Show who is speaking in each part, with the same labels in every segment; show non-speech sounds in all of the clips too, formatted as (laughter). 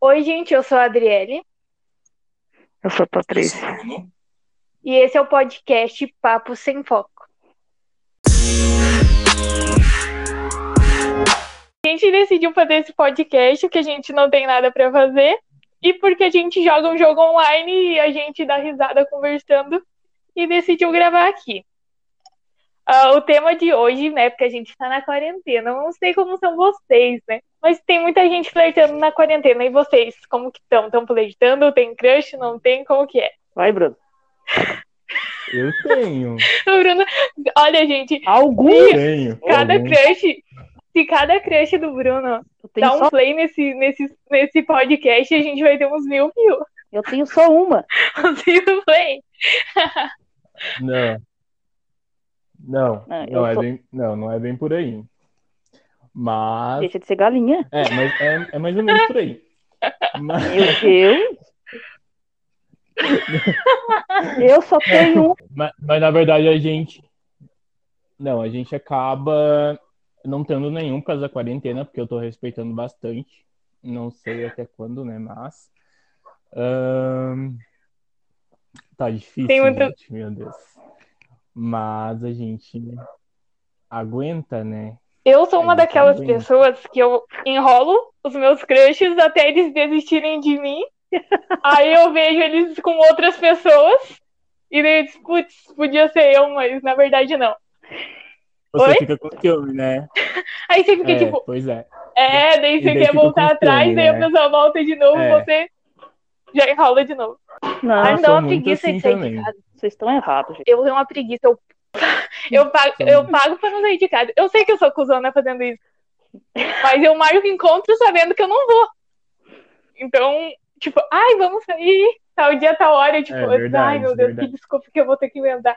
Speaker 1: Oi, gente, eu sou a Adriele
Speaker 2: Eu sou a Patrícia.
Speaker 1: e esse é o podcast Papo Sem Foco. A gente decidiu fazer esse podcast que a gente não tem nada pra fazer e porque a gente joga um jogo online e a gente dá risada conversando e decidiu gravar aqui. Ah, o tema de hoje, né, porque a gente tá na quarentena, eu não sei como são vocês, né, mas tem muita gente flertando na quarentena, e vocês, como que estão? Estão flertando? Tem crush? Não tem? Como que é?
Speaker 2: Vai, Bruno.
Speaker 3: Eu
Speaker 2: (laughs)
Speaker 3: tenho.
Speaker 1: O (laughs) Bruno, olha, gente,
Speaker 2: Algum?
Speaker 3: Eu tenho.
Speaker 1: cada
Speaker 3: Algum.
Speaker 1: crush, se cada crush do Bruno
Speaker 2: Eu tenho,
Speaker 1: dá um
Speaker 2: só,
Speaker 1: play nesse, nesse, nesse podcast, a gente vai ter uns mil (laughs) views.
Speaker 2: eu tenho só uma.
Speaker 1: Uns mil play.
Speaker 3: Não. Não.
Speaker 2: Não, Ah, eu
Speaker 3: Não é,
Speaker 2: sou-
Speaker 3: bem, não, não é bem por aí. Mas.
Speaker 2: Deixa de ser galinha.
Speaker 3: É, mas é, é mais ou menos por
Speaker 2: (laughs)
Speaker 3: aí. Mas,
Speaker 2: Meu Deus. eu só tenho um.
Speaker 3: mas- mas, na verdade a gente. Não, a gente acaba não tendo nenhum por causa da quarentena, porque eu tô respeitando bastante. Não sei até quando, né? Mas. ahn, Tá difícil,
Speaker 1: Tem muito-
Speaker 3: gente, meu Deus. Mas a gente aguenta, né?
Speaker 1: Eu sou uma
Speaker 3: Ele tá
Speaker 1: daquelas
Speaker 3: bem.
Speaker 1: pessoas que eu enrolo os meus crushes até eles desistirem de (laughs) mim. Aí eu vejo eles com outras pessoas. E daí eu disse, putz, podia ser eu, mas na verdade não.
Speaker 3: Você
Speaker 1: Oi?
Speaker 3: fica com ciúme, né?
Speaker 1: Aí você fica
Speaker 3: é,
Speaker 1: tipo,
Speaker 3: pois é.
Speaker 1: É, daí você
Speaker 3: daí
Speaker 1: quer
Speaker 3: fica
Speaker 1: voltar
Speaker 3: com
Speaker 1: atrás,
Speaker 3: ciúme,
Speaker 1: daí a
Speaker 3: né?
Speaker 1: pessoa volta de novo,
Speaker 3: É.
Speaker 1: você já enrola de novo.
Speaker 2: Não,
Speaker 1: Ai,
Speaker 3: eu
Speaker 1: me
Speaker 3: sou
Speaker 1: dá uma
Speaker 3: muito
Speaker 1: preguiça
Speaker 3: assim
Speaker 1: de sair de
Speaker 3: também.
Speaker 1: casa.
Speaker 2: vocês estão errados, gente.
Speaker 1: Eu tenho uma preguiça, eu, (laughs) eu, pago,
Speaker 3: Sou
Speaker 1: eu
Speaker 3: muito-
Speaker 1: pago pra não sair de casa. Eu sei que eu sou cuzona fazendo isso, mas eu marco encontro sabendo que eu não vou. Então, tipo, ai, vamos sair, tal dia, tal hora, eu, tipo,
Speaker 3: É verdade,
Speaker 1: ai meu Deus,
Speaker 3: verdade.
Speaker 1: que desculpa que eu vou ter que inventar.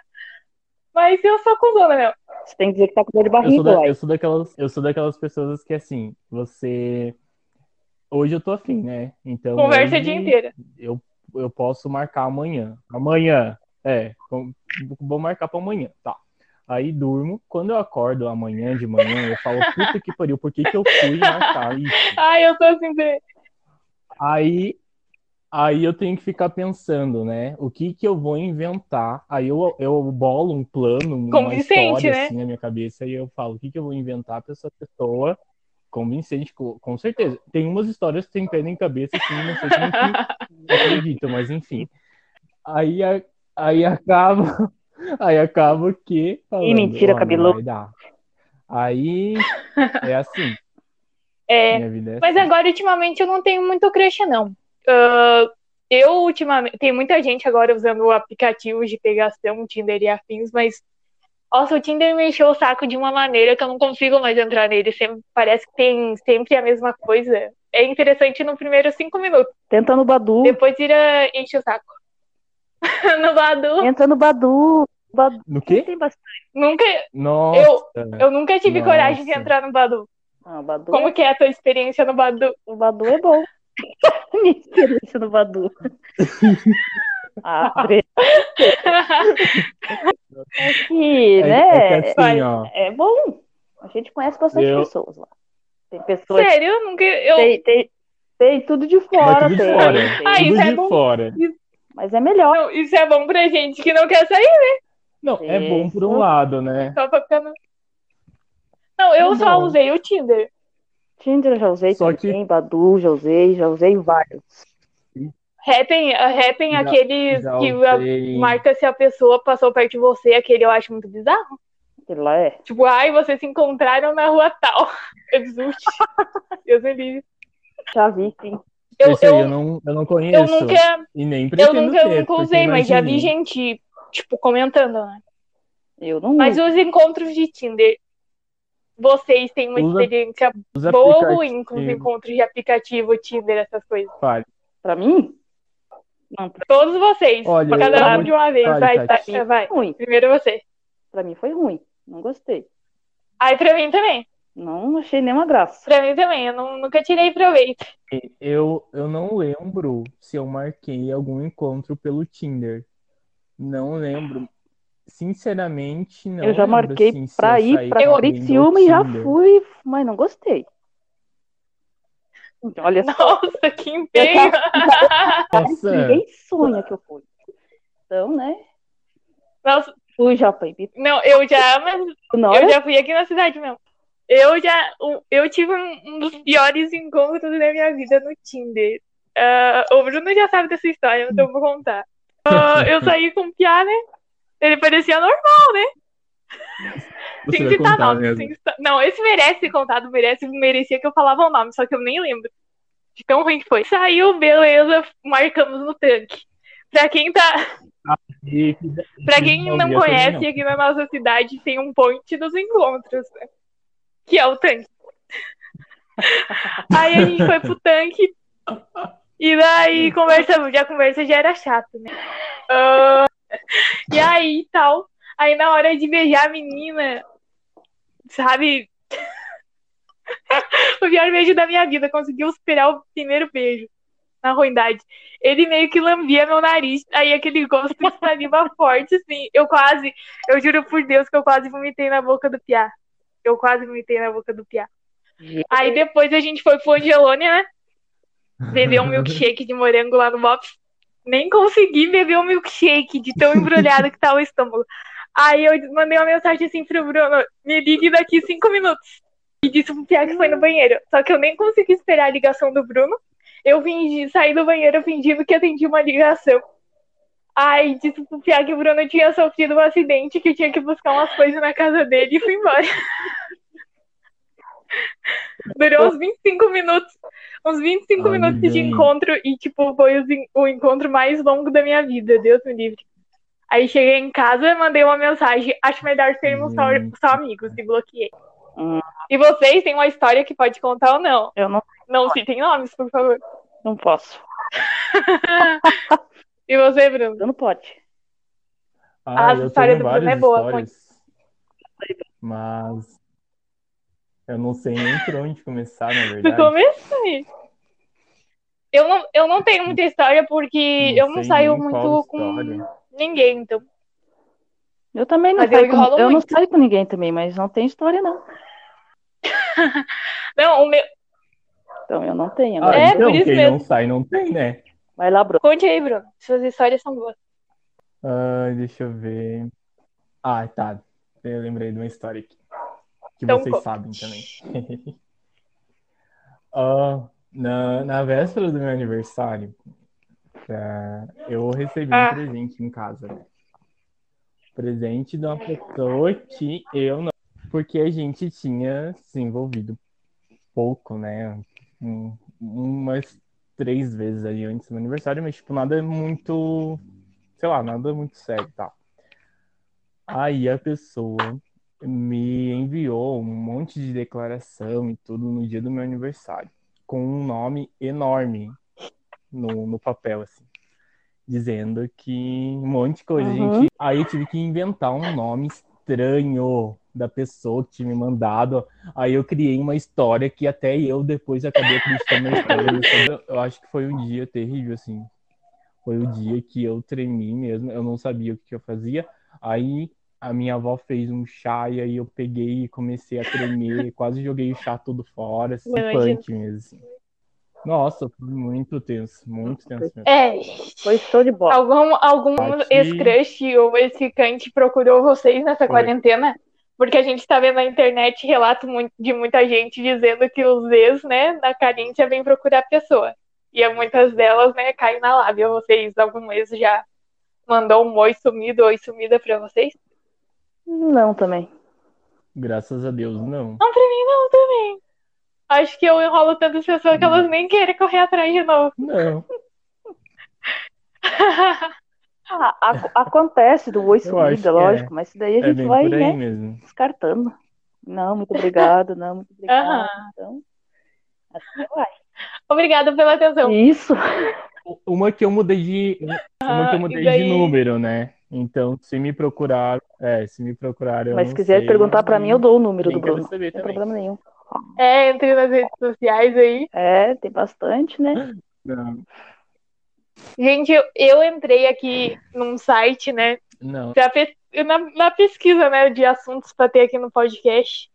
Speaker 1: Mas eu sou cuzona, meu.
Speaker 2: Você tem que dizer que tá com dor de
Speaker 3: Eu sou,
Speaker 2: barriga,
Speaker 3: da-
Speaker 2: uai.
Speaker 3: eu sou daquelas, eu sou daquelas pessoas que, assim, você. Hoje eu tô afim, né? Então.
Speaker 1: Conversa o
Speaker 3: hoje
Speaker 1: dia inteiro.
Speaker 3: Eu, eu posso marcar amanhã. Amanhã. É, com- vou marcar pra amanhã. Tá. Aí durmo. Quando eu acordo amanhã de manhã, eu falo, puta que pariu, por que, que eu fui marcar isso?
Speaker 1: Ai, eu tô assim, também.
Speaker 3: Aí, aí eu tenho que ficar pensando, né? O que que eu vou inventar? Aí eu, eu bolo um plano, uma
Speaker 1: Convincente,
Speaker 3: história
Speaker 1: né?
Speaker 3: assim na minha cabeça e eu falo, o que que eu vou inventar pra essa pessoa? Convincente, co- com certeza. Tem umas histórias que tem pé em cabeça assim, não sei como que eu acredito, mas enfim. Aí, a- aí acaba, (laughs) aí acaba que falando,
Speaker 2: mentira,
Speaker 3: "Ó, não
Speaker 2: cabeludo."
Speaker 3: vai dar. Aí é assim,
Speaker 1: (laughs) É,
Speaker 3: minha vida é
Speaker 1: Mas
Speaker 3: assim.
Speaker 1: agora, ultimamente, eu não tenho muito crush, não. Ah, eu, ultimamente, tem muita gente agora usando aplicativos de pegação, Tinder e afins, mas, nossa, o Tinder me encheu o saco de uma maneira que eu não consigo mais entrar nele. Sempre, parece que tem sempre a mesma coisa. É interessante no primeiro cinco minutos,
Speaker 2: Tenta no Badu.
Speaker 1: depois vira enche o saco. (laughs) No Badu,
Speaker 2: Entra no Badu. Badu
Speaker 3: No quê?
Speaker 2: tem bastante.
Speaker 1: nunca,
Speaker 3: Nossa.
Speaker 1: eu, eu nunca tive
Speaker 3: Nossa.
Speaker 1: coragem de entrar no Badu.
Speaker 2: Ah, o Badu,
Speaker 1: Como que é a tua experiência no Badu? (laughs)
Speaker 2: o Badu é bom. (laughs) Minha experiência no Badu. ah, Adri, é que,
Speaker 3: É-
Speaker 2: né?
Speaker 3: é que assim, ó.
Speaker 2: É bom. A gente conhece bastante
Speaker 3: Eu-
Speaker 2: pessoas lá. Tem pessoas.
Speaker 1: Sério, eu nunca, eu,
Speaker 2: Tem, tem, tem tudo de fora.
Speaker 3: Mas tudo de
Speaker 2: tem,
Speaker 3: fora.
Speaker 2: tem.
Speaker 1: Ah, isso
Speaker 3: tudo
Speaker 1: é
Speaker 3: de
Speaker 1: bom.
Speaker 3: fora.
Speaker 2: Mas é melhor.
Speaker 1: Não, isso é bom pra gente que não quer sair,
Speaker 3: Não, é bom por um
Speaker 2: Isso.
Speaker 3: lado, né?
Speaker 1: só pra ficar no... Não, eu
Speaker 3: Tá
Speaker 1: só
Speaker 3: bom.
Speaker 1: usei o Tinder.
Speaker 2: Tinder já usei
Speaker 3: Só
Speaker 2: também, Badu já usei, já usei vários.
Speaker 1: Rappem, rappem
Speaker 3: Já-
Speaker 1: uh, aqueles
Speaker 3: Já
Speaker 1: que
Speaker 3: usei-
Speaker 1: a- marca se a pessoa passou perto de você, aquele eu acho muito bizarro.
Speaker 2: Sei lá, é.
Speaker 1: Tipo, ai, vocês se encontraram na rua tal. (laughs) Eu desisto. Deus me livre.
Speaker 2: Já vi, sim.
Speaker 1: Eu,
Speaker 3: Esse aí eu,
Speaker 1: eu,
Speaker 3: não, eu não
Speaker 1: eu
Speaker 3: conheço.
Speaker 1: nunca,
Speaker 3: E nem
Speaker 1: eu
Speaker 3: pretendo
Speaker 1: nunca, eu
Speaker 3: ter,
Speaker 1: nunca
Speaker 3: porque
Speaker 1: usei, mas já vi
Speaker 3: imagine.
Speaker 1: gente, tipo, comentando, né?
Speaker 2: Eu não
Speaker 1: Mas
Speaker 2: uso.
Speaker 1: os encontros de Tinder, vocês têm uma
Speaker 3: Usa-
Speaker 1: experiência
Speaker 3: Os
Speaker 1: boa ou
Speaker 3: aplicativos,
Speaker 1: ruim com os encontros de aplicativo, Tinder, essas coisas?
Speaker 3: Fale.
Speaker 2: Pra mim? Não, pra
Speaker 1: Todos vocês.
Speaker 3: Olha,
Speaker 1: pra cada
Speaker 2: eu
Speaker 1: um
Speaker 2: vou
Speaker 1: de uma vez.
Speaker 3: te
Speaker 1: Vai,
Speaker 3: falar,
Speaker 1: tá,
Speaker 2: mim
Speaker 1: vai.
Speaker 2: foi ruim.
Speaker 1: Primeiro você.
Speaker 2: Pra mim foi ruim. Não gostei.
Speaker 1: Aí pra mim também.
Speaker 2: Não achei nenhuma graça.
Speaker 1: Pra mim também. Eu não- nunca tirei proveito. (laughs)
Speaker 3: Eu, eu não lembro se eu marquei algum encontro pelo Tinder. Não lembro. Sinceramente, não
Speaker 2: eu já
Speaker 3: lembro,
Speaker 2: marquei
Speaker 3: assim, se
Speaker 2: pra
Speaker 3: eu
Speaker 2: ir
Speaker 3: saí
Speaker 2: pra
Speaker 3: com alguém do
Speaker 2: Criciúma e já
Speaker 3: Tinder.
Speaker 2: fui, mas não gostei. Então, Olha só,
Speaker 1: Nossa, que empenho!
Speaker 3: Essa,
Speaker 2: ninguém sonha que eu fui. Então, né?
Speaker 1: Nossa,
Speaker 2: Fui já pra Ibiza.
Speaker 1: não, eu já, mas
Speaker 2: Na
Speaker 1: eu
Speaker 2: hora,
Speaker 1: já fui aqui na cidade mesmo. Eu já, um- eu tive um um dos piores encontros da minha vida no Tinder. Ah, o Bruno já sabe dessa história, então eu vou contar. Ah, eu saí com o Piá, né? Ele parecia normal,
Speaker 3: você
Speaker 1: tem
Speaker 3: vai
Speaker 1: que tá citar
Speaker 3: contar
Speaker 1: nome.
Speaker 3: mesmo.
Speaker 1: tem que citar- Não, esse merece ser contado, merece, merecia que eu falava o nome, só que eu nem lembro. De tão ruim que foi. Saiu, beleza, marcamos no tanque. Pra quem tá,
Speaker 3: E-
Speaker 1: Pra quem não
Speaker 3: Essa eu
Speaker 1: conhece, aqui na nossa cidade tem um ponte dos encontros, né? que é o tanque. Aí a gente foi pro tanque e daí conversamos, já a conversa já era chata, né? Ah, e aí tal, aí na hora de beijar a menina, sabe? (laughs) o pior beijo da minha vida, conseguiu superar o primeiro beijo na ruindade ele meio que lambia meu nariz, aí aquele gosto de saliva (laughs) forte, assim. Eu quase, eu juro por Deus que eu quase vomitei na boca do Piá. Eu quase vomitei na boca do Piá. Aí depois a gente foi pro Angelônia, né? Beber um milkshake de morango lá no Mops. Nem consegui beber um milkshake de tão embrulhado que tá o estômago. Aí eu mandei uma mensagem assim pro Bruno, me ligue daqui cinco minutos. E disse pro Piá que foi no banheiro. Só que eu nem consegui esperar a ligação do Bruno. Eu fingi, saí do banheiro fingindo que atendi uma ligação. Ai, disse pro Piá que o Bruno tinha sofrido um acidente, que tinha que buscar umas coisas na casa dele e fui embora. (laughs) Durou uns 25 minutos, uns 25
Speaker 3: Ai,
Speaker 1: minutos de
Speaker 3: gente.
Speaker 1: encontro e, tipo, foi os en- o encontro mais longo da minha vida, Deus me livre. Aí cheguei em casa, mandei uma mensagem, acho melhor sermos só,
Speaker 3: Gente.
Speaker 1: só amigos e bloqueei.
Speaker 2: Hum.
Speaker 1: E vocês têm uma história que pode contar ou não?
Speaker 2: eu não,
Speaker 1: Não citem nomes, por favor.
Speaker 2: não posso.
Speaker 1: E você, Bruno?
Speaker 2: Eu não pode.
Speaker 3: Ah,
Speaker 1: A
Speaker 3: eu
Speaker 1: história
Speaker 3: tenho
Speaker 1: do Bruno é
Speaker 3: várias
Speaker 1: boa,
Speaker 3: histórias, mas eu não sei nem por onde começar,
Speaker 1: (laughs)
Speaker 3: na
Speaker 1: Do
Speaker 3: verdade.
Speaker 1: começo? aí. Eu não, eu não tenho muita história porque eu não
Speaker 3: sei
Speaker 1: saio
Speaker 3: nem
Speaker 1: muito
Speaker 3: qual
Speaker 1: com
Speaker 3: história.
Speaker 1: ninguém, então.
Speaker 2: Eu também não
Speaker 1: Mas eu
Speaker 2: saio com,
Speaker 1: enrolo
Speaker 2: eu não
Speaker 1: muito.
Speaker 2: saio com ninguém também, mas não tem história, não.
Speaker 1: Não, o meu.
Speaker 2: Então eu não tenho.
Speaker 3: Ah,
Speaker 2: agora.
Speaker 1: É,
Speaker 3: então,
Speaker 1: por isso
Speaker 3: quem
Speaker 1: mesmo.
Speaker 3: não sai não tem, né?
Speaker 2: Vai lá, Bruno.
Speaker 1: Conte aí, Bruno. Suas histórias são boas.
Speaker 3: Ah, deixa eu ver. Ah, tá. Eu lembrei de uma história aqui. Que
Speaker 1: Então
Speaker 3: vocês
Speaker 1: conta.
Speaker 3: sabem também. (laughs) Ah, na, na véspera do meu aniversário, ah, eu recebi um
Speaker 1: Ah.
Speaker 3: presente em casa. né? Presente de uma pessoa que eu não. Porque a gente tinha se envolvido pouco, né? Um- umas três vezes ali antes do meu aniversário, mas, tipo, nada muito sei lá, nada muito sério e tal. Aí a pessoa me enviou um monte de declaração e tudo no dia do meu aniversário, com um nome enorme no, no papel, assim, dizendo que um monte de coisa.
Speaker 2: Uhum.
Speaker 3: Gente, aí eu tive que inventar um nome estranho da pessoa que tinha me mandado. Aí eu criei uma história que até eu depois acabei acreditando na história. Eu- Eu acho que foi um dia terrível, assim. Foi o dia que eu tremi mesmo, eu não sabia o que eu fazia. Aí a minha avó fez um chá e aí eu peguei e comecei a
Speaker 2: (laughs)
Speaker 3: tremer, quase joguei o chá todo fora, assim,
Speaker 1: Eu imagino.
Speaker 3: punk mesmo. assim. Nossa, foi muito tenso, muito tenso mesmo.
Speaker 1: É.
Speaker 2: Foi show de bola.
Speaker 1: Algum, algum
Speaker 3: Aqui.
Speaker 1: ex-crush ou ex-ficante procurou vocês nessa
Speaker 3: Foi.
Speaker 1: quarentena? Porque a gente tá vendo na internet relato mu- de muita gente dizendo que os ex, né, na carência, vem procurar a pessoa. E é muitas delas, né, caem na lábia. Vocês, algum ex já mandou um oi sumido, oi sumida pra vocês?
Speaker 2: Não também.
Speaker 3: Graças a Deus, não.
Speaker 1: Não, pra mim não também. Acho que eu enrolo tantas pessoas que elas nem querem correr atrás de novo.
Speaker 3: Não.
Speaker 2: Ah, ac- acontece do oi
Speaker 3: acho que
Speaker 2: sumida,
Speaker 3: é.
Speaker 2: lógico, mas isso daí (laughs) a
Speaker 3: É
Speaker 2: gente
Speaker 3: bem
Speaker 2: vai,
Speaker 3: por aí
Speaker 2: né,
Speaker 3: mesmo.
Speaker 2: descartando. Não, muito obrigado, não, (laughs) muito obrigado.
Speaker 1: Aham.
Speaker 2: Então, Assim até vai.
Speaker 1: Obrigada pela atenção.
Speaker 2: É Isso.
Speaker 3: Uma que eu mudei de. Uma que
Speaker 1: Ah,
Speaker 3: eu mudei
Speaker 1: e daí?
Speaker 3: de número, né? Então, se me procurar, é, se me procurar, eu
Speaker 2: Mas se
Speaker 3: não
Speaker 2: quiser
Speaker 3: sei,
Speaker 2: perguntar pra mim, eu dou o número
Speaker 3: nem
Speaker 2: do
Speaker 3: quero
Speaker 2: Bruno.
Speaker 3: saber
Speaker 2: Não tem
Speaker 3: também.
Speaker 2: problema nenhum.
Speaker 1: É, entre nas redes sociais aí.
Speaker 2: É, tem bastante, (laughs) né?
Speaker 3: Não,
Speaker 1: Gente, eu, eu entrei aqui num site, né,
Speaker 3: não.
Speaker 1: pra pe- na, na pesquisa, né, de assuntos pra ter aqui no podcast.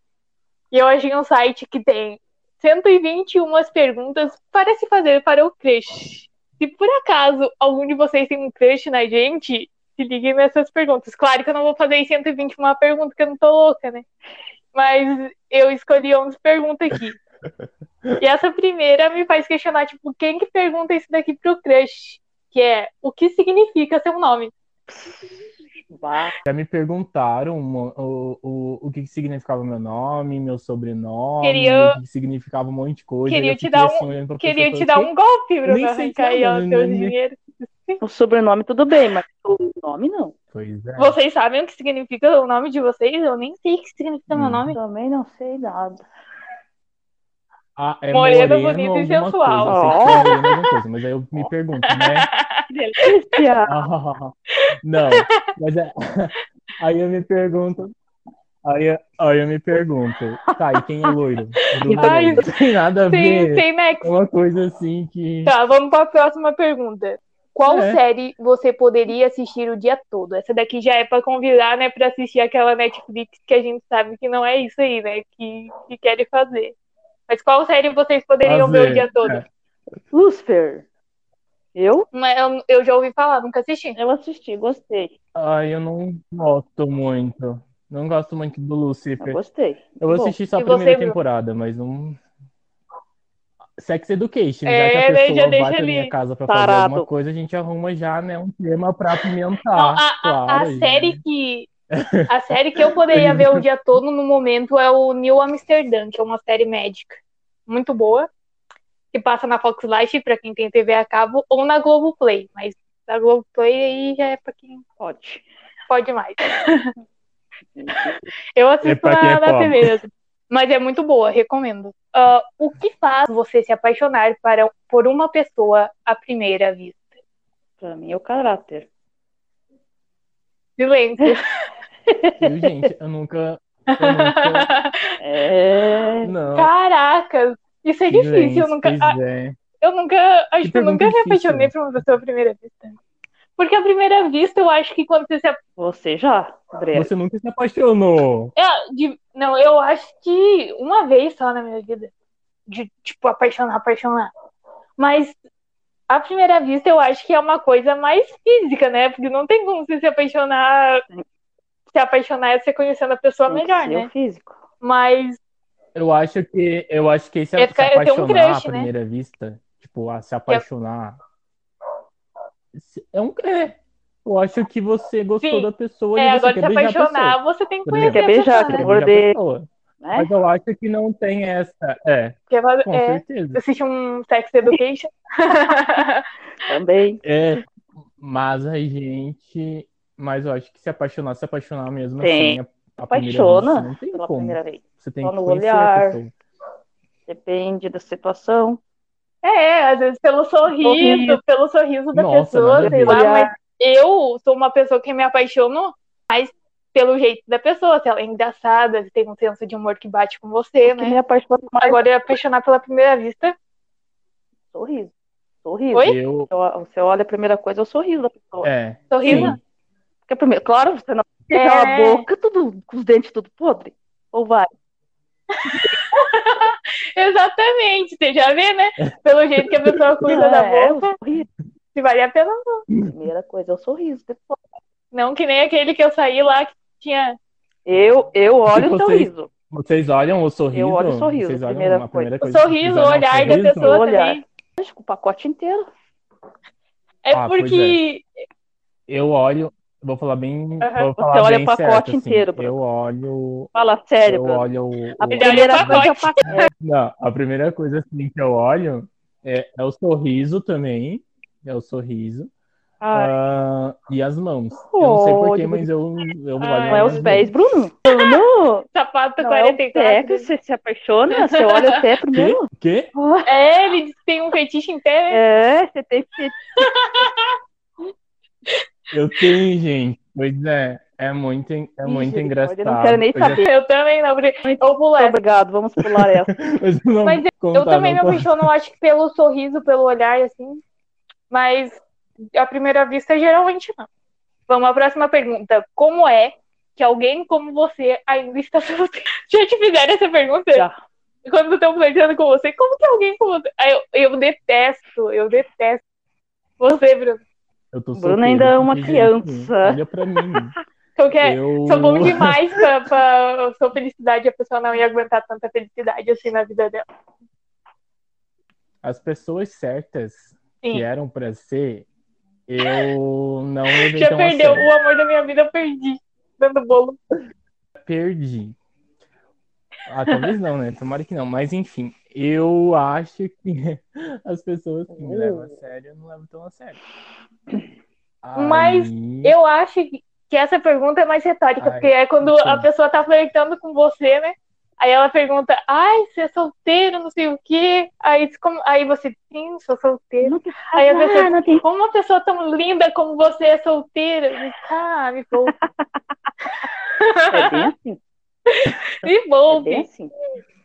Speaker 1: E eu achei um site que tem 121 perguntas para se fazer para o crush. Se por acaso algum de vocês tem um crush na gente, se liguem nessas perguntas. Claro que eu não vou fazer 121 perguntas, que eu não tô louca, né? Mas eu escolhi 11 perguntas aqui. E essa primeira me faz questionar, tipo, quem que pergunta isso daqui pro crush? Que é, o que significa seu nome?
Speaker 2: Bah.
Speaker 3: Já me perguntaram uma- o, o, o que que significava meu nome, meu sobrenome,
Speaker 1: Queria-
Speaker 3: o que que significava um monte de coisa.
Speaker 1: Queria
Speaker 3: Eu
Speaker 1: te
Speaker 3: fiquei
Speaker 1: dar um
Speaker 3: assim, olhando pra
Speaker 1: Queria
Speaker 3: pessoa,
Speaker 1: te dar
Speaker 3: falei,
Speaker 1: um golpe, Bruno,
Speaker 3: Nem sei
Speaker 1: arrancar aí
Speaker 3: nada,
Speaker 1: o
Speaker 3: né,
Speaker 1: seu
Speaker 3: né?
Speaker 1: dinheiro.
Speaker 2: O sobrenome tudo bem, mas o nome não.
Speaker 3: Pois é.
Speaker 1: Vocês sabem o que significa o nome de vocês? Eu nem sei o que significa meu
Speaker 3: Hum.
Speaker 1: nome.
Speaker 2: Também não sei (laughs) nada.
Speaker 3: Ah, é
Speaker 1: Morena,
Speaker 3: moreno,
Speaker 1: bonita e
Speaker 3: alguma
Speaker 1: sensual.
Speaker 3: coisa, eu sei que é moreno, alguma coisa, mas aí eu me pergunto, né?
Speaker 1: (laughs)
Speaker 2: Ah, Delícia!
Speaker 3: Ah, não, mas é, (laughs) aí eu me pergunto, aí, eu- aí eu me pergunto, tá, e quem é loiro? Bruno
Speaker 1: (laughs) Ai,
Speaker 3: Loiro. não tem nada a
Speaker 1: Tem,
Speaker 3: ver,
Speaker 1: tem next.
Speaker 3: é uma coisa assim que...
Speaker 1: Tá, vamos para a próxima pergunta. Qual
Speaker 3: É.
Speaker 1: série você poderia assistir o dia todo? Essa daqui já é para convidar, né, para assistir aquela Netflix que a gente sabe que não é isso aí, né, que, que querem fazer. Mas qual série vocês poderiam ver o
Speaker 3: Fazer,
Speaker 1: dia todo?
Speaker 3: é.
Speaker 2: Lucifer. Eu?
Speaker 1: Mas eu, eu já ouvi falar, nunca assisti.
Speaker 2: Eu assisti, gostei.
Speaker 3: Ai, eu não gosto muito, não gosto muito do
Speaker 2: Eu
Speaker 3: Lucifer.
Speaker 2: gostei.
Speaker 3: Eu
Speaker 2: Bom,
Speaker 3: assisti só a
Speaker 1: Ah, e você,
Speaker 3: primeira
Speaker 1: Bruno?
Speaker 3: temporada, mas não... Sex Education, já
Speaker 1: É,
Speaker 3: que a
Speaker 1: né, já
Speaker 3: pessoa vai
Speaker 1: deixa
Speaker 3: pra minha
Speaker 1: ali
Speaker 3: casa pra fazer
Speaker 2: parado.
Speaker 3: alguma coisa, a gente arruma já, né, um tema pra apimentar,
Speaker 1: Não, a, a- a
Speaker 3: Ah, claro, né? gente.
Speaker 1: série que
Speaker 3: (laughs)
Speaker 1: a série que eu poderia ver
Speaker 3: né?
Speaker 1: o dia todo no momento é o New Amsterdã, que é uma série médica muito boa, que passa na Fox Life para quem tem TV a cabo ou na Globoplay, mas na Globoplay aí já é para quem
Speaker 2: Pode.
Speaker 1: pode mais. Eu
Speaker 3: É
Speaker 1: assisto
Speaker 3: pra quem
Speaker 1: na,
Speaker 3: é
Speaker 1: na
Speaker 3: pobre.
Speaker 1: TV mesmo. Mas é muito boa, recomendo. Ah, o que faz você se apaixonar para, por uma pessoa à primeira vista?
Speaker 2: (laughs) Pra mim é o caráter.
Speaker 1: Silêncio.
Speaker 3: Eu, gente, eu nunca. Eu
Speaker 1: (laughs)
Speaker 3: nunca
Speaker 2: É.
Speaker 3: não.
Speaker 1: Caracas! Isso é difícil, eu
Speaker 3: gente,
Speaker 1: nunca. Ah,
Speaker 3: pois é.
Speaker 1: Eu nunca, acho que eu
Speaker 3: pergunta
Speaker 1: nunca me
Speaker 3: difícil. né?
Speaker 1: apaixonei por uma pessoa à primeira vista. Porque à primeira vista, eu acho que quando você se apa-
Speaker 2: Você já, Gabriel.
Speaker 3: Você nunca se apaixonou.
Speaker 1: é, de- Não, eu acho que uma vez só na minha vida. De, tipo, apaixonar, apaixonar. Mas à primeira vista, eu acho que é uma coisa mais física, né? Porque não tem como você se apaixonar. Se apaixonar é você conhecendo a pessoa
Speaker 2: Tem que
Speaker 1: melhor,
Speaker 2: ser o
Speaker 1: né?
Speaker 2: físico.
Speaker 1: Mas
Speaker 3: Eu acho que eu acho que esse
Speaker 1: É
Speaker 3: se
Speaker 1: ficar- é ter um
Speaker 3: apaixonar
Speaker 1: crush,
Speaker 3: à
Speaker 1: né? é
Speaker 3: primeira vista, tipo, a se apaixonar. se- É um é. Eu acho que você gostou
Speaker 1: Sim.
Speaker 3: da pessoa
Speaker 1: é,
Speaker 3: e você
Speaker 1: agora
Speaker 3: quer
Speaker 1: se
Speaker 3: beijar a
Speaker 1: apaixonar,
Speaker 3: pessoa.
Speaker 1: você tem que
Speaker 3: Por
Speaker 1: conhecer
Speaker 3: exemplo.
Speaker 1: a
Speaker 2: Quer beijar,
Speaker 1: pessoa, né?
Speaker 2: quer
Speaker 3: Quer beijar
Speaker 2: morder.
Speaker 3: a pessoa.
Speaker 2: Né?
Speaker 3: Mas eu acho que não tem essa. É,
Speaker 1: Porque,
Speaker 3: com
Speaker 1: é,
Speaker 3: certeza.
Speaker 1: assistir um Sex Education.
Speaker 2: Também.
Speaker 3: É, mas a gente. Mas eu acho que se apaixonar, se apaixonar mesmo
Speaker 2: Tem.
Speaker 3: assim, a, a primeira
Speaker 2: Apaixona
Speaker 3: vez, não tem
Speaker 2: pela
Speaker 3: como.
Speaker 2: primeira vez.
Speaker 3: Você tem
Speaker 2: Só
Speaker 3: que
Speaker 2: no
Speaker 3: conhecer
Speaker 2: olhar.
Speaker 3: a pessoa.
Speaker 2: Depende da situação.
Speaker 1: É, às vezes pelo sorriso,
Speaker 2: Sorriso.
Speaker 1: pelo sorriso da
Speaker 3: Nossa, nada
Speaker 1: pessoa, sei
Speaker 3: a ver.
Speaker 1: lá,
Speaker 2: Olhar.
Speaker 1: Ah, mas eu sou uma pessoa que me apaixono mais pelo jeito da pessoa, se ela é engraçada, se tem um senso de humor que bate com você,
Speaker 2: Que
Speaker 1: né?
Speaker 2: me apaixona mais
Speaker 1: Agora eu apaixonar pela primeira vista.
Speaker 2: sorriso. Sorriso.
Speaker 1: Oi?
Speaker 3: Eu,
Speaker 2: Então, Você olha a primeira coisa, é o sorriso da pessoa.
Speaker 3: é,
Speaker 1: Sorriso?
Speaker 3: sim.
Speaker 2: Porque primeiro, claro, você não
Speaker 1: É.
Speaker 2: tem aquela boca tudo, com os dentes tudo podre. Ou vai.
Speaker 1: (laughs) Exatamente, você já vê, né? Pelo jeito que a (laughs) pessoa cuida da
Speaker 2: é,
Speaker 1: boca,
Speaker 2: o sorriso.
Speaker 1: se vale a pena.
Speaker 2: Primeira coisa é o sorriso. Depois,
Speaker 1: Não que nem aquele que eu saí lá que tinha.
Speaker 2: eu,
Speaker 3: (laughs)
Speaker 2: eu olho o
Speaker 3: vocês-
Speaker 2: sorriso.
Speaker 3: Vocês olham o sorriso?
Speaker 2: Eu olho o sorriso,
Speaker 3: Vocês olham
Speaker 2: primeira
Speaker 3: a primeira
Speaker 1: O
Speaker 3: coisa que
Speaker 1: sorriso,
Speaker 3: vocês
Speaker 1: o
Speaker 3: olham
Speaker 1: olhar da
Speaker 3: sorriso?
Speaker 1: pessoa
Speaker 2: O olhar.
Speaker 1: também.
Speaker 2: Acho que o pacote inteiro.
Speaker 1: É
Speaker 3: Ah, pois
Speaker 1: porque.
Speaker 3: Eu olho, vou falar bem, vou falar
Speaker 2: Você olha
Speaker 3: bem
Speaker 2: o pacote
Speaker 3: certo, assim.
Speaker 2: inteiro, Bruno.
Speaker 3: Eu olho,
Speaker 2: Fala sério,
Speaker 3: eu
Speaker 2: Bruno.
Speaker 3: olho
Speaker 2: A
Speaker 3: o- o-
Speaker 1: Ele olha
Speaker 2: primeira
Speaker 1: o
Speaker 2: coisa é o pacote.
Speaker 3: Não, a primeira coisa assim que eu olho é, é o sorriso também, é o sorriso.
Speaker 2: Ah,
Speaker 3: Ah, e as mãos. Eu não sei
Speaker 2: Oh,
Speaker 3: porquê,
Speaker 2: que
Speaker 3: mas eu, eu olho
Speaker 1: Ai,
Speaker 2: não é
Speaker 3: as
Speaker 2: os
Speaker 3: mãos.
Speaker 2: pés, Bruno. Bruno!
Speaker 1: Sapato
Speaker 2: Não é o
Speaker 1: 44.
Speaker 2: pé que você se apaixona, você olha o pé primeiro.
Speaker 3: Quê?
Speaker 1: É, ele disse que tem um fetiche em pé, né?
Speaker 2: É, você tem que
Speaker 3: Eu tenho, gente. Pois é, é muito, en- é
Speaker 2: Ih,
Speaker 3: muito
Speaker 2: gente, olha, eu não
Speaker 3: engraçado. é.
Speaker 2: quero nem
Speaker 3: Eu já-
Speaker 2: saber.
Speaker 1: Eu também não. porque Eu pular.
Speaker 2: Obrigado, vamos pular essa.
Speaker 3: Mas eu não
Speaker 1: Mas
Speaker 3: vou
Speaker 1: Eu
Speaker 3: contar,
Speaker 1: também me
Speaker 3: não
Speaker 1: apaixono, acho que pelo sorriso, pelo olhar, assim. Mas à primeira vista, geralmente não. Vamos à próxima pergunta. Como (laughs) é que alguém como você ainda está solteiro? Já te fizeram essa pergunta?
Speaker 2: Já.
Speaker 1: quando estão flertando com você, como que alguém com você. Ah, eu, eu detesto, eu detesto. Você, Bruno.
Speaker 3: Eu tô
Speaker 2: Bruno ainda é
Speaker 3: solteiro,
Speaker 2: uma
Speaker 3: não tem jeito nenhum.
Speaker 2: criança.
Speaker 3: Olha pra mim.
Speaker 1: Então, (laughs) que é,
Speaker 3: Eu...
Speaker 1: sou bom demais pra, pra sua felicidade. A pessoa não ia aguentar tanta felicidade assim na vida dela.
Speaker 3: As pessoas certas
Speaker 1: Sim.
Speaker 3: que eram pra ser, eu não levei
Speaker 1: Já
Speaker 3: tão a
Speaker 1: perdeu
Speaker 3: sério.
Speaker 1: o amor da minha vida, eu perdi. Dando bolo.
Speaker 3: Perdi. Ah, talvez não, né? Tomara que não. Mas enfim, eu acho que (laughs) as pessoas que me levam a
Speaker 1: Uh.
Speaker 3: sério, eu não levo tão a sério.
Speaker 1: Mas
Speaker 3: Aí-
Speaker 1: Eu acho que que essa pergunta é mais retórica,
Speaker 3: Ai,
Speaker 1: porque é quando a
Speaker 3: sim.
Speaker 1: pessoa tá flertando com você, né? Aí ela pergunta, ai, você é solteiro, não sei o quê. Aí, diz como- aí você, sim, sou solteiro.
Speaker 2: Não tem
Speaker 1: Aí a
Speaker 2: Ah,
Speaker 1: pessoa,
Speaker 2: não tem
Speaker 1: como uma pessoa tão linda como você é solteira? Eu digo, Ah, me poupe.
Speaker 2: É bem assim.
Speaker 1: me
Speaker 2: É
Speaker 1: poupe.
Speaker 2: bem assim.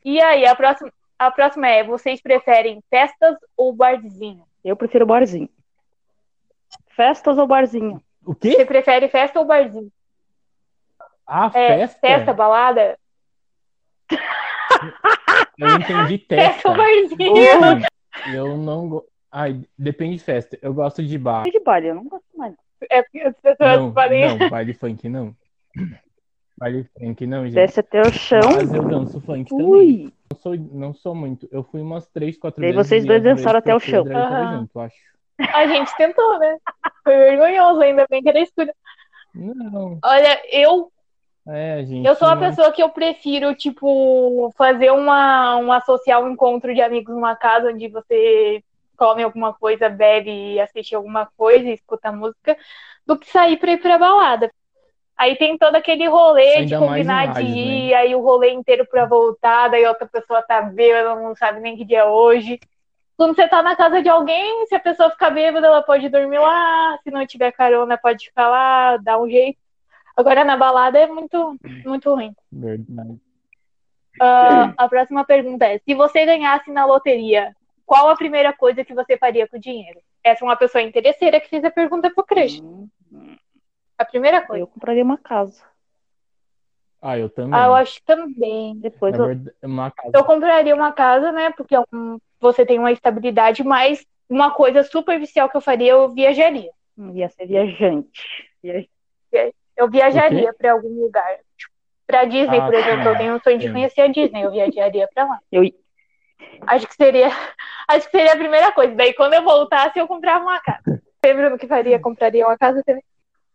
Speaker 1: E aí, a próxima, a próxima é: vocês preferem festas ou barzinho?
Speaker 2: Eu prefiro barzinho. Festas ou barzinho?
Speaker 3: O quê?
Speaker 1: Você prefere festa ou barzinho?
Speaker 3: A
Speaker 1: É,
Speaker 3: festa?
Speaker 1: Festa, balada?
Speaker 3: Eu entendi
Speaker 1: (laughs) Festa
Speaker 3: testa.
Speaker 1: ou barzinho?
Speaker 3: Enfim, eu não go... Ai, depende de festa. Eu gosto de bar.
Speaker 2: E de baile, eu não gosto mais.
Speaker 1: É porque as pessoas
Speaker 3: Não,
Speaker 1: podem.
Speaker 3: não, baile funk não. Baile funk não, gente.
Speaker 2: Desce é até o chão.
Speaker 3: Mas eu danço funk também.
Speaker 2: Ui,
Speaker 3: Não sou, não sou muito. Eu fui umas três, quatro
Speaker 2: Daí
Speaker 3: vezes.
Speaker 2: vocês
Speaker 3: e
Speaker 2: dois
Speaker 3: as vezes
Speaker 2: dançaram
Speaker 3: que
Speaker 2: até
Speaker 3: eu
Speaker 2: o
Speaker 3: fui,
Speaker 2: chão.
Speaker 3: André tava
Speaker 1: Aham.
Speaker 3: junto, eu acho.
Speaker 1: A gente tentou, né? Foi vergonhoso, ainda bem que era escuro.
Speaker 3: Não,
Speaker 1: Olha, eu,
Speaker 3: é, gente.
Speaker 1: eu sou a
Speaker 3: não-
Speaker 1: pessoa que eu prefiro, tipo, fazer uma, uma social um encontro de amigos numa casa onde você come alguma coisa, bebe, assiste alguma coisa, escuta música, do que sair pra ir pra balada. Aí tem todo aquele rolê de
Speaker 3: Ainda mais em
Speaker 1: combinar de
Speaker 3: Lages, né?
Speaker 1: ir, aí o rolê inteiro pra voltar, daí outra pessoa tá bêbada, não sabe nem que dia é hoje. Quando você tá na casa de alguém, se a pessoa ficar bêbada, ela pode dormir lá, se não tiver carona, pode ficar lá, dá um jeito. Agora na balada é muito, muito ruim.
Speaker 3: Verdade.
Speaker 1: Ah, a próxima pergunta é: se você ganhasse na loteria, qual a primeira coisa que você faria com o dinheiro? Essa é uma pessoa interesseira que fez a pergunta pro crush.
Speaker 2: hum,
Speaker 1: A primeira coisa.
Speaker 2: eu compraria uma casa.
Speaker 3: Ah, eu também.
Speaker 1: Ah, eu acho que também.
Speaker 2: Depois
Speaker 3: Na
Speaker 2: eu
Speaker 3: verdade, uma casa.
Speaker 1: Eu compraria uma casa, né? Porque é um- você tem uma estabilidade, mas uma coisa superficial que eu faria, eu viajaria.
Speaker 2: hum, ia ser viajante. Viaj-
Speaker 1: Eu viajaria pra algum lugar. Tipo, Pra Disney,
Speaker 3: Ah,
Speaker 1: por exemplo,
Speaker 3: sim.
Speaker 1: eu tenho um sonho de
Speaker 3: Sim.
Speaker 1: conhecer a Disney, eu viajaria pra lá.
Speaker 2: Eu,
Speaker 1: Acho que seria, (laughs) acho que seria a primeira coisa. Daí quando eu voltasse, eu comprava uma casa. Você, Bruno, que faria? Compraria uma casa também?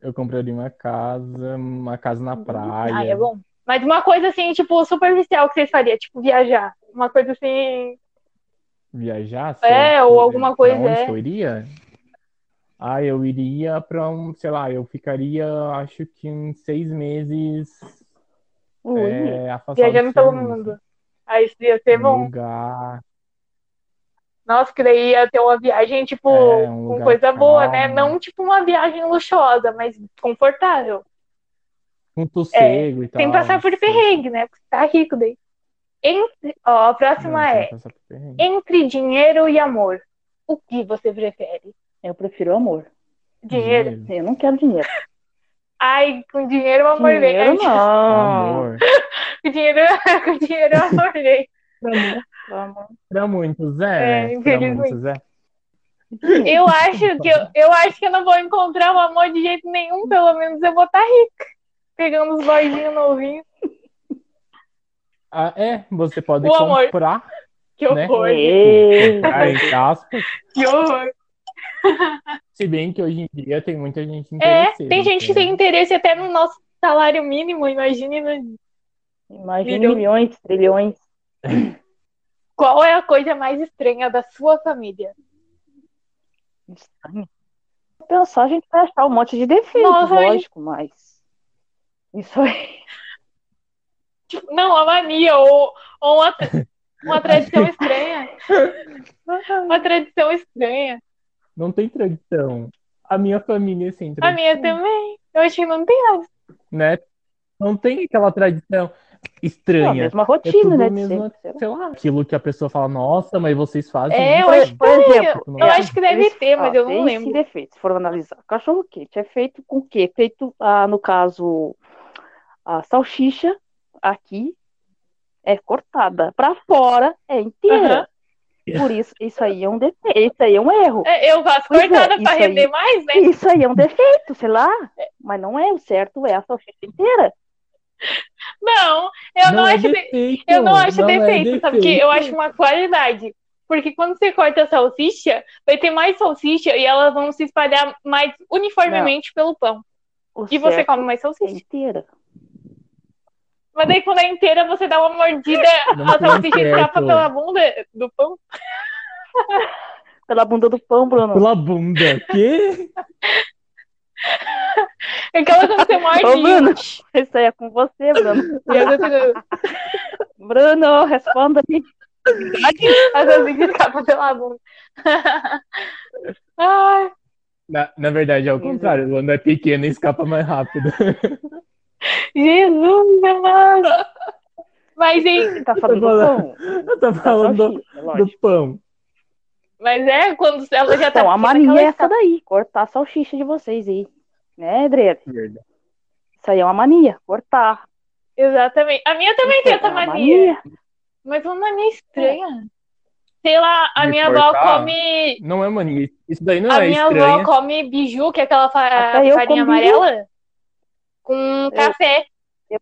Speaker 3: Eu compraria uma casa, uma casa na praia.
Speaker 1: Ah, é bom. Mas uma coisa assim, tipo, superficial que vocês fariam, tipo, viajar. Uma coisa assim.
Speaker 3: Viajar?
Speaker 1: É,
Speaker 3: sei,
Speaker 1: ou
Speaker 3: pra-
Speaker 1: alguma
Speaker 3: pra
Speaker 1: coisa,
Speaker 3: onde
Speaker 1: é.
Speaker 3: que eu iria? Ah, eu iria pra um, sei lá, eu ficaria, acho que uns seis meses
Speaker 2: ui,
Speaker 3: é, afastado
Speaker 1: Viajando
Speaker 3: de
Speaker 1: pelo
Speaker 3: filmes,
Speaker 1: mundo. Aí isso ia ser
Speaker 3: um
Speaker 1: bom.
Speaker 3: lugar,
Speaker 1: Nossa, que daí ia ter uma viagem, tipo,
Speaker 3: É, um
Speaker 1: com
Speaker 3: lugar
Speaker 1: coisa boa, né?
Speaker 3: calmo.
Speaker 1: Não tipo uma viagem luxuosa, mas confortável.
Speaker 3: um sossego e tal.
Speaker 1: é, Sem passar por
Speaker 3: assim.
Speaker 1: perrengue, né? Porque você tá rico daí. Entre- Ó, a
Speaker 3: Não,
Speaker 1: próxima
Speaker 3: sem
Speaker 1: é:
Speaker 3: passar por perrengue.
Speaker 1: entre dinheiro e amor, o que você prefere?
Speaker 2: eu prefiro o amor.
Speaker 1: Dinheiro?
Speaker 2: Eu não quero dinheiro.
Speaker 1: Ai, com dinheiro o amor vem.
Speaker 2: Dinheiro não.
Speaker 3: Amor.
Speaker 1: Com dinheiro, (laughs) com dinheiro o amor vem.
Speaker 2: Amor.
Speaker 3: Pra muitos, é.
Speaker 1: (laughs) É,
Speaker 3: pra
Speaker 1: infelizmente.
Speaker 3: muitos, é.
Speaker 1: Eu acho que eu, eu acho que eu não vou encontrar o amor de jeito nenhum, pelo menos eu vou estar rica. Pegando os boyzinhos novinhos.
Speaker 3: Ah, é, você pode
Speaker 1: O amor. (laughs)
Speaker 3: comprar,
Speaker 1: Que
Speaker 3: Né?
Speaker 1: horror,
Speaker 2: Ei,
Speaker 3: comprar, entre aspas.
Speaker 1: que horror.
Speaker 3: Se bem que hoje em dia tem muita gente
Speaker 1: É,
Speaker 3: interesseira,
Speaker 1: tem gente que
Speaker 3: né?
Speaker 1: tem interesse até no nosso salário mínimo, imagine no-
Speaker 2: Imagina
Speaker 1: Milhões.
Speaker 2: milhões, trilhões.
Speaker 1: qual é a coisa mais estranha da sua família.
Speaker 2: Estranho. Se Pensar, Então, a gente vai achar um monte de defeitos,
Speaker 1: Nossa, mas-
Speaker 2: lógico, mas. Isso aí.
Speaker 1: Tipo, não, a mania ou, ou uma, uma tradição estranha. Uma tradição estranha.
Speaker 3: Não tem tradição. A minha família é sem
Speaker 1: A
Speaker 3: tradição,
Speaker 1: minha também. Eu acho que não tem
Speaker 3: né? Não tem aquela tradição
Speaker 2: É a
Speaker 3: estranha.
Speaker 2: mesma
Speaker 3: É
Speaker 2: rotina,
Speaker 3: tudo
Speaker 2: né?
Speaker 3: a
Speaker 2: de
Speaker 3: mesma-
Speaker 2: sempre, sei lá.
Speaker 3: Sei lá, aquilo que a pessoa fala, nossa, mas vocês fazem
Speaker 1: É,
Speaker 3: isso?
Speaker 1: eu acho-
Speaker 2: Por exemplo,
Speaker 3: Tipo, não
Speaker 1: Eu
Speaker 3: é.
Speaker 1: acho que deve
Speaker 2: Eles-
Speaker 1: ter, mas
Speaker 2: ó,
Speaker 1: eu não
Speaker 2: tem
Speaker 1: lembro.
Speaker 2: Sim defeitos, se for analisar. Cachorro quente é feito com o quê? Feito, ah, no caso, a salsicha aqui, é cortada. Pra fora é inteira. Por isso, isso aí é um defeito. Isso aí é um erro.
Speaker 1: É, eu faço
Speaker 2: Pois é,
Speaker 1: cortada
Speaker 2: isso
Speaker 1: pra
Speaker 2: aí.
Speaker 1: render mais, né?
Speaker 2: Isso aí é um defeito, sei lá. Mas não é. O certo é a salsicha inteira.
Speaker 1: Não, eu não,
Speaker 3: é
Speaker 1: acho. de-
Speaker 3: defeito,
Speaker 1: Eu não acho
Speaker 3: não é
Speaker 1: defeito, sabe o quê? Eu acho
Speaker 3: defeito.
Speaker 1: uma qualidade. Porque quando você corta a salsicha, vai ter mais salsicha e elas vão se espalhar mais uniformemente pelo pão.
Speaker 2: O
Speaker 1: E você
Speaker 2: certo
Speaker 1: come mais
Speaker 2: é
Speaker 1: salsicha.
Speaker 2: inteira.
Speaker 1: Mas daí quando é inteira, você dá uma mordida,
Speaker 3: Não é
Speaker 1: a
Speaker 3: tem
Speaker 1: salsicha escapa
Speaker 3: certo.
Speaker 1: pela bunda do pão.
Speaker 2: Pela bunda do pão, Bruno.
Speaker 3: Pela bunda. Que?
Speaker 1: É Aquela quando você morde.
Speaker 2: Ô, Bruno, isso aí é com você, Bruno.
Speaker 1: E a salsicha-
Speaker 2: Bruno, responda-me.
Speaker 1: a salsicha escapa pela bunda. (laughs) Ai,
Speaker 3: Na, na verdade, é o contrário. Quando é pequeno, escapa mais rápido. (laughs)
Speaker 1: Jesus, amado. Mas, hein,
Speaker 2: Tá falando do pão.
Speaker 3: Eu tô
Speaker 2: Da
Speaker 3: Tá falando do,
Speaker 2: salsicha, lógico.
Speaker 3: do pão.
Speaker 1: mas é quando ela já tá
Speaker 2: Então, a
Speaker 1: pequena que
Speaker 2: mania
Speaker 1: ela
Speaker 2: é
Speaker 1: escapa.
Speaker 2: essa daí, cortar a salsicha de vocês aí. Né, Adriano?
Speaker 3: Verdade.
Speaker 2: Isso aí é uma mania, cortar.
Speaker 1: Exatamente. A minha também tem
Speaker 2: Isso é
Speaker 1: essa
Speaker 2: uma
Speaker 1: mania. Mas uma mania estranha. Sei lá, a
Speaker 3: De
Speaker 1: minha avó
Speaker 3: cortar?
Speaker 1: come.
Speaker 3: Não é mania. Isso daí não
Speaker 1: A
Speaker 3: é
Speaker 1: minha
Speaker 3: estranha.
Speaker 1: avó come biju, que é aquela fa-
Speaker 2: Até eu
Speaker 1: farinha
Speaker 2: como biju.
Speaker 1: amarela, com café.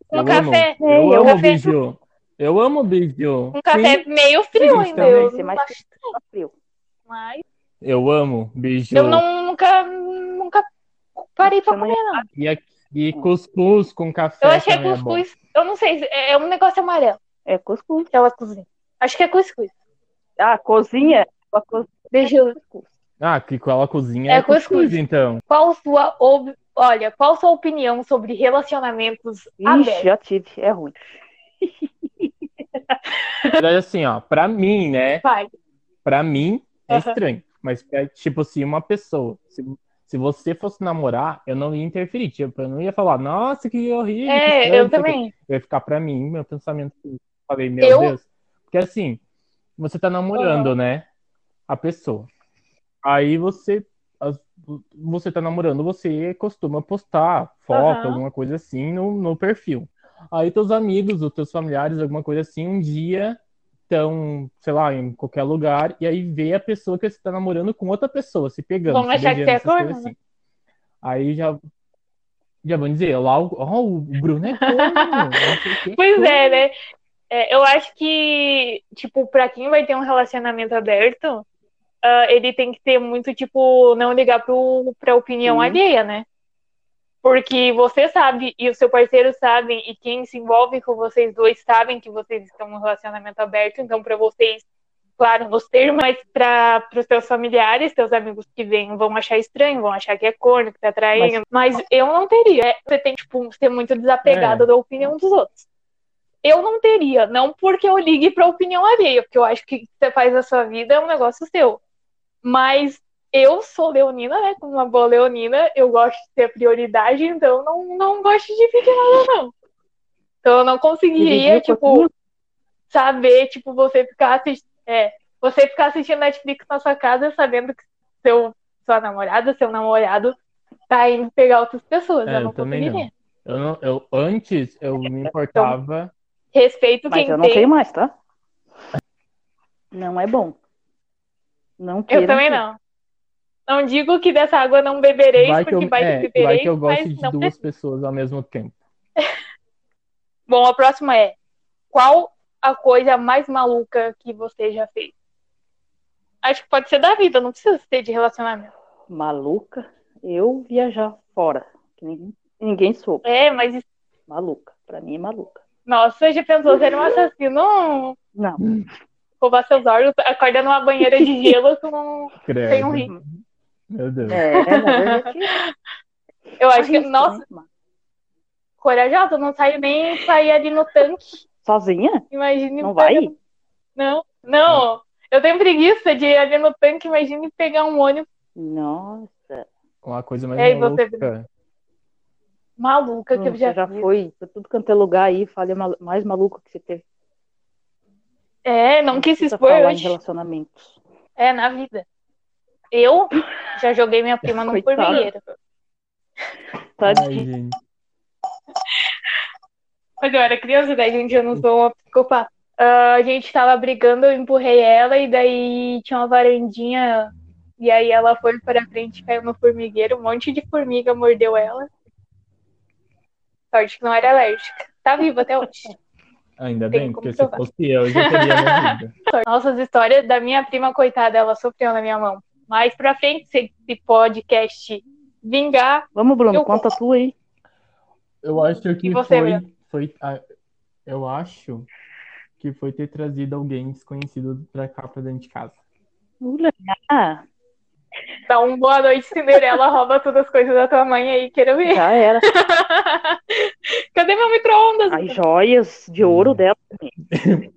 Speaker 1: Com
Speaker 3: Eu
Speaker 1: um café.
Speaker 3: amo. Eu
Speaker 2: É, eu
Speaker 3: amo
Speaker 1: café-
Speaker 3: biju. Eu amo biju.
Speaker 1: Com café
Speaker 3: Sim,
Speaker 1: meio frio
Speaker 3: Sim,
Speaker 1: ainda.
Speaker 3: também.
Speaker 1: Eu
Speaker 2: Você
Speaker 1: não
Speaker 2: mais
Speaker 1: acho
Speaker 2: Tá frio.
Speaker 1: mais.
Speaker 3: eu amo biju.
Speaker 1: Eu não, nunca, nunca parei pra
Speaker 2: Você não
Speaker 1: comer, não.
Speaker 3: E, aqui- e cuscuz com café
Speaker 1: Eu achei
Speaker 3: também é bom.
Speaker 1: cuscuz. Eu não sei, é é um negócio amarelo
Speaker 2: É cuscuz.
Speaker 1: que ela cozinha. Acho que é cuscuz.
Speaker 2: Ah, cozinha? Ela cozinha
Speaker 1: Deixa eu.
Speaker 2: cuscuz.
Speaker 3: Ah, que ela cozinha
Speaker 1: É
Speaker 3: é cuscuz,
Speaker 1: cuscuz.
Speaker 3: então.
Speaker 1: Qual sua. ob- Olha, qual sua opinião sobre relacionamentos
Speaker 2: Ixi,
Speaker 1: abertos?
Speaker 2: já tive, é ruim.
Speaker 3: Na verdade, assim, ó, pra mim, né?
Speaker 1: Pai.
Speaker 3: Pra mim é
Speaker 1: Aham.
Speaker 3: estranho. Mas, é, tipo assim, uma pessoa. Se, se você fosse namorar, eu não ia interferir. Tipo, eu não ia falar, nossa, que horrível. que estranho,
Speaker 1: É, eu
Speaker 3: não sei o quê.
Speaker 1: também.
Speaker 3: Eu ia ficar pra mim, meu pensamento. Eu falei, meu
Speaker 1: Eu-
Speaker 3: Deus. Porque assim, você tá namorando, né? A pessoa. Aí você. as- Você tá namorando, você costuma postar foto,
Speaker 1: Aham.
Speaker 3: alguma coisa assim, no, no perfil. Aí teus amigos, os teus familiares, alguma coisa assim, um dia estão, sei lá, em qualquer lugar, e aí vê a pessoa que você tá namorando com outra pessoa, se pegando,
Speaker 1: Vão
Speaker 3: se
Speaker 1: achar que
Speaker 3: beijando,
Speaker 1: você é
Speaker 3: essas coisas
Speaker 1: corno, né?
Speaker 3: assim. Aí já, já vão dizer, lá, o- ó, o Bruno é
Speaker 1: (laughs)
Speaker 3: corno, não sei o quê,
Speaker 1: Pois
Speaker 3: corno.
Speaker 1: é, né? É, eu acho que, tipo, pra quem vai ter um relacionamento aberto, ah, ele tem que ter muito, tipo, não ligar pro, pra opinião
Speaker 2: Sim.
Speaker 1: alheia, né? Porque você sabe e o seu parceiro sabe, e quem se envolve com vocês dois sabem que vocês estão num relacionamento aberto, então pra vocês, claro, nos termos, mas para os seus familiares, seus amigos que vêm, vão achar estranho, vão achar que é corno, que tá traindo. Mas, eu não teria. É, Você tem, tipo, ser muito desapegado
Speaker 3: É.
Speaker 1: da opinião dos outros. Eu não teria, não porque eu ligue pra opinião alheia, porque eu acho que o que você faz na sua vida é um negócio seu. Mas eu sou leonina, né? Como uma boa leonina, eu gosto de ter prioridade, então eu não, não gosto de nada não. Então eu não conseguiria,
Speaker 2: Dividir um
Speaker 1: tipo,
Speaker 2: pouquinho?
Speaker 1: saber, tipo, você ficar assistindo. É, você ficar assistindo Netflix na sua casa sabendo que seu, sua namorada, seu namorado tá indo pegar outras pessoas. eu
Speaker 3: É, eu
Speaker 1: não
Speaker 3: também
Speaker 1: conseguiria.
Speaker 3: Eu não, eu, antes
Speaker 1: É,
Speaker 3: eu me importava.
Speaker 1: Respeito
Speaker 2: Mas
Speaker 1: quem
Speaker 2: eu não
Speaker 1: tem.
Speaker 2: tenho mais, tá? Não é bom. Não quero.
Speaker 1: Eu também não. Não digo que dessa água não beberei,
Speaker 3: Vai que,
Speaker 1: porque
Speaker 3: eu,
Speaker 1: vai que
Speaker 3: é,
Speaker 1: beberei,
Speaker 3: vai que eu gosto
Speaker 1: mas
Speaker 3: de
Speaker 1: não
Speaker 3: duas pessoas ao mesmo tempo.
Speaker 1: Bom, a próxima é: qual a coisa mais maluca que você já fez? Acho que pode ser da vida, não precisa ser de relacionamento.
Speaker 2: Maluca, eu viajar fora. que ninguém, ninguém soube.
Speaker 1: É, mas
Speaker 2: Maluca. Pra mim é maluca.
Speaker 1: nossa, já pensou ser um assassino?
Speaker 2: Não.
Speaker 1: Roubar seus órgãos, acorda numa banheira de gelo com
Speaker 3: (laughs)
Speaker 1: um.
Speaker 3: Credo.
Speaker 1: Tem um rim.
Speaker 3: Meu Deus.
Speaker 2: É, na
Speaker 1: (laughs)
Speaker 2: verdade,
Speaker 1: Eu acho que,
Speaker 2: arrisca,
Speaker 1: nossa,
Speaker 2: né? Mas
Speaker 1: corajosa, não saio nem sair ali no tanque.
Speaker 2: Sozinha?
Speaker 1: Imagine
Speaker 2: Não vai?
Speaker 1: Não, não. Eu tenho preguiça de ir ali no tanque, imagine pegar um ônibus
Speaker 2: Nossa.
Speaker 3: Uma coisa mais
Speaker 1: É, e você,
Speaker 3: maluca.
Speaker 1: maluca que eu
Speaker 2: Bruno,
Speaker 1: já,
Speaker 2: você já
Speaker 1: fiz.
Speaker 2: foi pra tudo quanto é lugar aí, falei mal- mais maluco que você teve.
Speaker 1: É, não quis se
Speaker 2: precisa
Speaker 1: expor
Speaker 2: falar em
Speaker 1: hoje.
Speaker 2: relacionamentos.
Speaker 1: É, na vida. Eu já joguei minha prima num
Speaker 2: Coitada.
Speaker 1: formigueiro.
Speaker 2: Tá
Speaker 3: Ai,
Speaker 2: de
Speaker 3: gente.
Speaker 1: Quando eu era criança, daí gente eu não
Speaker 2: Hum.
Speaker 1: sou uma psicopata. Ah, a gente tava brigando, eu empurrei ela e daí tinha uma varandinha. E aí ela foi para frente, caiu no formigueiro, um monte de formiga mordeu ela. Sorte que não era alérgica. Tá viva até hoje.
Speaker 3: Ainda
Speaker 1: Tem
Speaker 3: bem,
Speaker 1: como
Speaker 3: porque se
Speaker 1: provar.
Speaker 3: fosse eu, eu já teria morrido.
Speaker 1: Nossa, as histórias da minha prima, coitada, ela sofreu na minha mão. Mais pra frente, se esse podcast vingar,
Speaker 2: Vamos, Bruno,
Speaker 1: Eu-
Speaker 2: conta a tua aí.
Speaker 1: (laughs)
Speaker 3: Eu acho que
Speaker 1: E você,
Speaker 3: foi, foi a- eu acho que foi ter trazido alguém desconhecido pra cá, pra dentro de casa.
Speaker 2: Olha, ah,
Speaker 1: dá um boa noite, Cinderela, rouba todas as coisas da tua mãe aí, quero ver.
Speaker 2: já era.
Speaker 1: Cadê meu micro-ondas?
Speaker 2: As joias de ouro dela.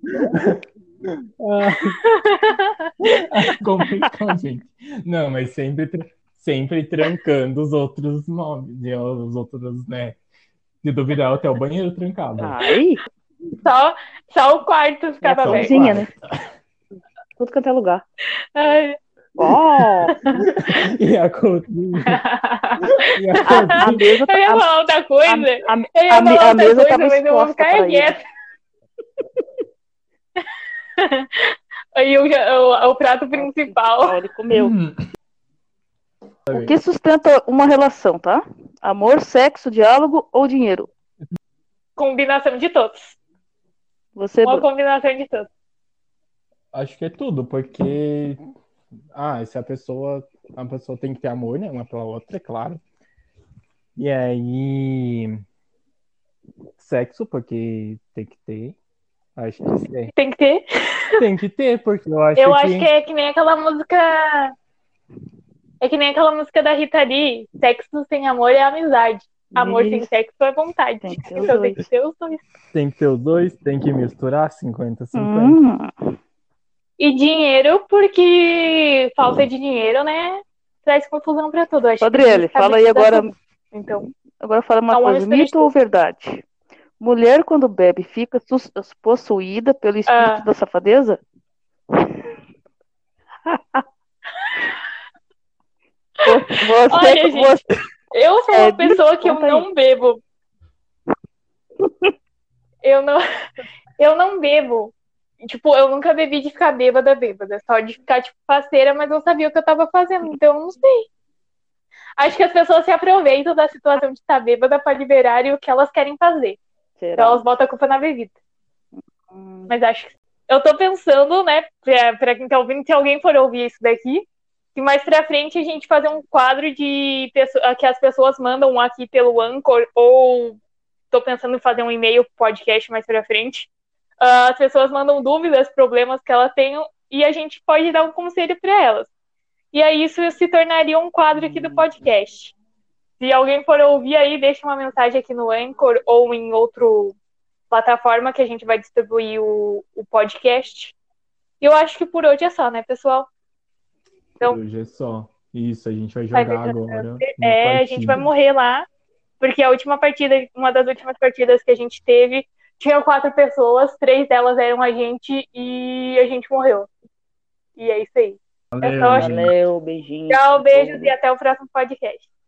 Speaker 3: (laughs) Complicado, gente. Não, mas sempre, tra- sempre trancando os outros móveis, e os outros, né? Se duvidar, até o banheiro trancado.
Speaker 2: Ai,
Speaker 1: Só, só o quarto ficava
Speaker 3: Só o
Speaker 1: aberto.
Speaker 2: cozinha,
Speaker 3: quarto.
Speaker 2: né? tudo quanto é lugar.
Speaker 1: Ai.
Speaker 2: Ó,
Speaker 3: (laughs) E a cozinha. E a
Speaker 1: (laughs)
Speaker 2: a
Speaker 3: cozinha.
Speaker 2: mesa tá.
Speaker 1: Eu ia
Speaker 2: A,
Speaker 1: falar outra coisa.
Speaker 2: a,
Speaker 1: Eu ia
Speaker 2: a me-
Speaker 1: falar
Speaker 2: a
Speaker 1: outra
Speaker 2: mesa
Speaker 1: coisa,
Speaker 2: tava
Speaker 1: mas eu vou
Speaker 2: exposta
Speaker 1: ficar
Speaker 2: pra ele.
Speaker 1: (laughs) quieta. Aí eu já- o- o prato principal.
Speaker 2: a- ele comeu.
Speaker 3: Hum.
Speaker 2: O que sustenta uma relação, tá? Amor, sexo, diálogo ou dinheiro?
Speaker 1: Combinação de todos.
Speaker 2: Você.
Speaker 1: Uma
Speaker 2: Bruno.
Speaker 1: combinação de todos.
Speaker 3: Acho que é tudo, porque ah, se a pessoa, a pessoa tem que ter amor, né, uma pela outra, é claro. E aí sexo, porque tem que ter. Acho que tem,
Speaker 1: Tem que ter.
Speaker 3: tem que ter, porque eu
Speaker 2: Tá
Speaker 3: acho
Speaker 1: Eu
Speaker 3: que
Speaker 1: acho que é que nem aquela música. É que nem aquela música da Rita Lee. Sexo sem amor é amizade. Amor sem
Speaker 2: Isso,
Speaker 1: sexo é vontade.
Speaker 2: Tem que ser os
Speaker 1: Então tem que
Speaker 2: dois.
Speaker 1: ser os dois.
Speaker 3: tem que ter os dois, tem que misturar 50 50.
Speaker 2: Hum,
Speaker 1: E dinheiro, porque falta de dinheiro, né? Traz confusão pra tudo. Acho que
Speaker 2: Adriele,
Speaker 1: tem que saber
Speaker 2: fala aí
Speaker 1: lidar
Speaker 2: agora-
Speaker 1: tudo. Então,
Speaker 2: Agora fala uma
Speaker 1: Não,
Speaker 2: coisa,
Speaker 1: antes da gente-
Speaker 2: mito ou verdade? Mulher, quando bebe, fica sus- possuída pelo espírito
Speaker 1: Ah.
Speaker 2: da safadeza?
Speaker 1: (laughs)
Speaker 2: Você,
Speaker 1: Olha, gente,
Speaker 2: você-
Speaker 1: Eu sou
Speaker 2: É,
Speaker 1: uma pessoa que eu
Speaker 2: conta aí.
Speaker 1: não bebo. Eu não, eu não bebo. Tipo, eu nunca bebi de ficar bêbada, bêbada. Só de ficar, tipo, faceira, mas eu sabia o que eu tava fazendo, então eu não sei. Acho que as pessoas se aproveitam da situação de estar bêbada pra liberarem o que elas querem fazer. Então
Speaker 2: Será?
Speaker 1: elas botam a culpa na bebida.
Speaker 2: Hum,
Speaker 1: Mas acho que. Eu tô pensando, né, pra, pra quem tá ouvindo, se alguém for ouvir isso daqui, que mais pra frente a gente fazer um quadro de pesso- ah, que as pessoas mandam aqui pelo Anchor, ou tô pensando em fazer um e-mail pro podcast mais pra frente. Ah, as pessoas mandam dúvidas, problemas que elas tenham, e a gente pode dar um conselho pra elas. E aí isso se tornaria um quadro aqui do podcast. Se alguém for ouvir aí, deixa uma mensagem aqui no Anchor ou em outro plataforma que a gente vai distribuir o, o podcast. E eu acho que por hoje é só, né, pessoal? Então-
Speaker 3: Hoje é só. Isso, a gente vai
Speaker 1: Vai
Speaker 3: jogar
Speaker 1: ver-
Speaker 3: agora. uma
Speaker 1: É, a gente vai
Speaker 3: partida.
Speaker 1: morrer lá, porque a última partida, uma das últimas partidas que a gente teve, tinha quatro pessoas, três delas eram a gente e a gente morreu. E é isso aí.
Speaker 3: Valeu,
Speaker 1: só-
Speaker 3: gente.
Speaker 1: então,
Speaker 2: Valeu, beijinho.
Speaker 1: Tchau, beijos e até o próximo podcast.